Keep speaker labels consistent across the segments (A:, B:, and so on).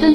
A: 纷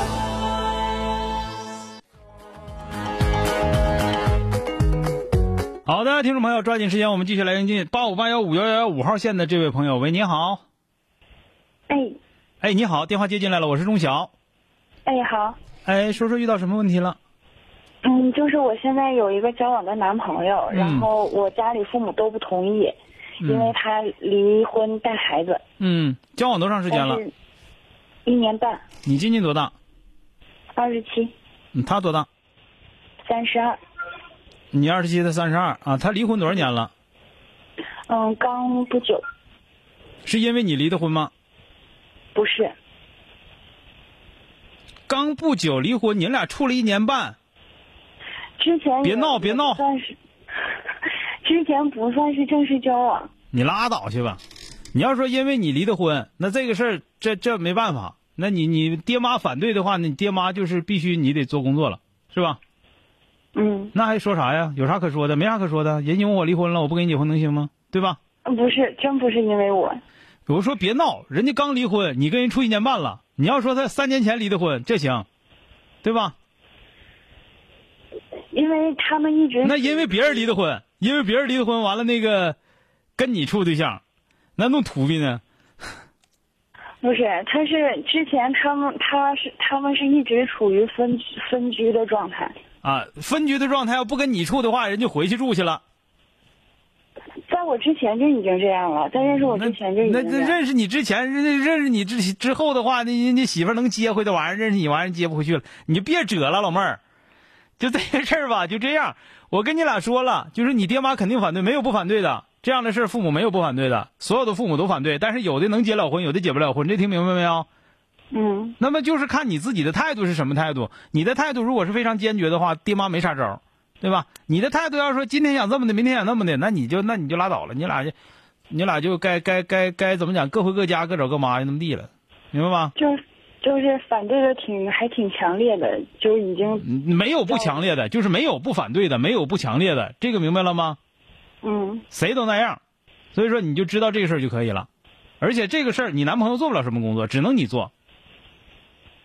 B: 好的，听众朋友，抓紧时间，我们继续来连接八五八幺五幺幺幺五号线的这位朋友。喂，你好，
C: 哎
B: 哎，你好，电话接进来了，我是钟晓。
C: 哎，好，
B: 哎，说说遇到什么问题了？
C: 嗯，就是我现在有一个交往的男朋友，
B: 嗯
C: 然后我家里父母都不同意，因为
B: 嗯
C: 他离婚带孩子，
B: 嗯，交往多长时间
C: 但
B: 了？
C: 是一年半，
B: 你今年多大？
C: 二十七，
B: 嗯他多大？
C: 三十二，
B: 你二十七，他三十二啊。他离婚多少年了？
C: 嗯，刚不久，
B: 是因为你离的婚吗？
C: 不是，
B: 刚不久离婚，你俩处了一年半。
C: 之前
B: 别
C: 也
B: 闹别
C: 也
B: 闹
C: 不算是，之前不算是正式交往，
B: 你拉倒去吧！你要说因为你离的婚，那这个事儿，这这没办法。那你你爹妈反对的话，你爹妈就是必须你得做工作了，是吧？
C: 嗯，
B: 那还说啥呀？有啥可说的？没啥可说的。人家问我离婚了，我不跟你结婚能行吗？对吧？
C: 不是，真不是因为我，
B: 我说别闹，人家刚离婚，你跟人处一年半了。你要说他三年前离的婚，这行，对吧？
C: 因为他们一直
B: 那因为别人离的婚，因为别人离的婚，完了那个跟你处对象，那弄土逼呢？
C: 不是，他是之前他们他是他们是一直处于分居分居的状态，
B: 啊，分居的状态要不跟你处的话，人就回去住去了。
C: 在我之前就已经这样了，在认识我
B: 嗯那
C: 之前就已
B: 那
C: 经这
B: 那
C: 样。
B: 认识你之前，认认识你之之后的话，那人家媳妇儿能接回这玩意儿，认识你玩意儿接不回去了，你就别折了，老妹儿。就这些事儿吧，就这样。我跟你俩说了，就是你爹妈肯定反对，没有不反对的。这样的事儿，父母没有不反对的，所有的父母都反对。但是有的能结了婚，有的结不了婚，这听明白没有？
C: 嗯，
B: 那么就是看你自己的态度是什么态度。你的态度如果是非常坚决的话，爹妈没啥招儿，对吧？你的态度要说今天想这么的，明天想那么的，那你就那你就拉倒了，你俩就，你俩就该该该该怎么讲，各回各家，各找各妈，就那么地了，明白吧？
C: 就是就是反对的挺还挺强烈的，就已经
B: 嗯没有不强烈的，就是没有不反对的，没有不强烈的，这个明白了吗？
C: 嗯
B: 谁都那样，所以说你就知道这个事儿就可以了。而且这个事儿，你男朋友做不了什么工作，只能你做，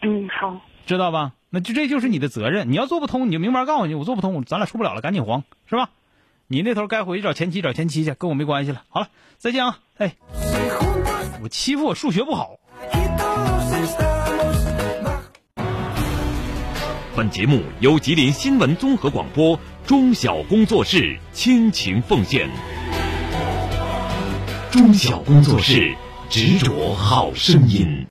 C: 嗯好，
B: 知道吧？那就这就是你的责任。你要做不通，你就明白告诉你，我做不通，咱俩处不了了，赶紧黄，是吧？你那头该回去找前妻，找前妻去，跟我没关系了。好了，再见啊！哎，
D: Si juntos
B: 我欺负我数学不好。
D: aquí todos estamos bajo
E: 本节目由吉林新闻综合广播中小工作室倾情奉献。中小工作室执着好声音。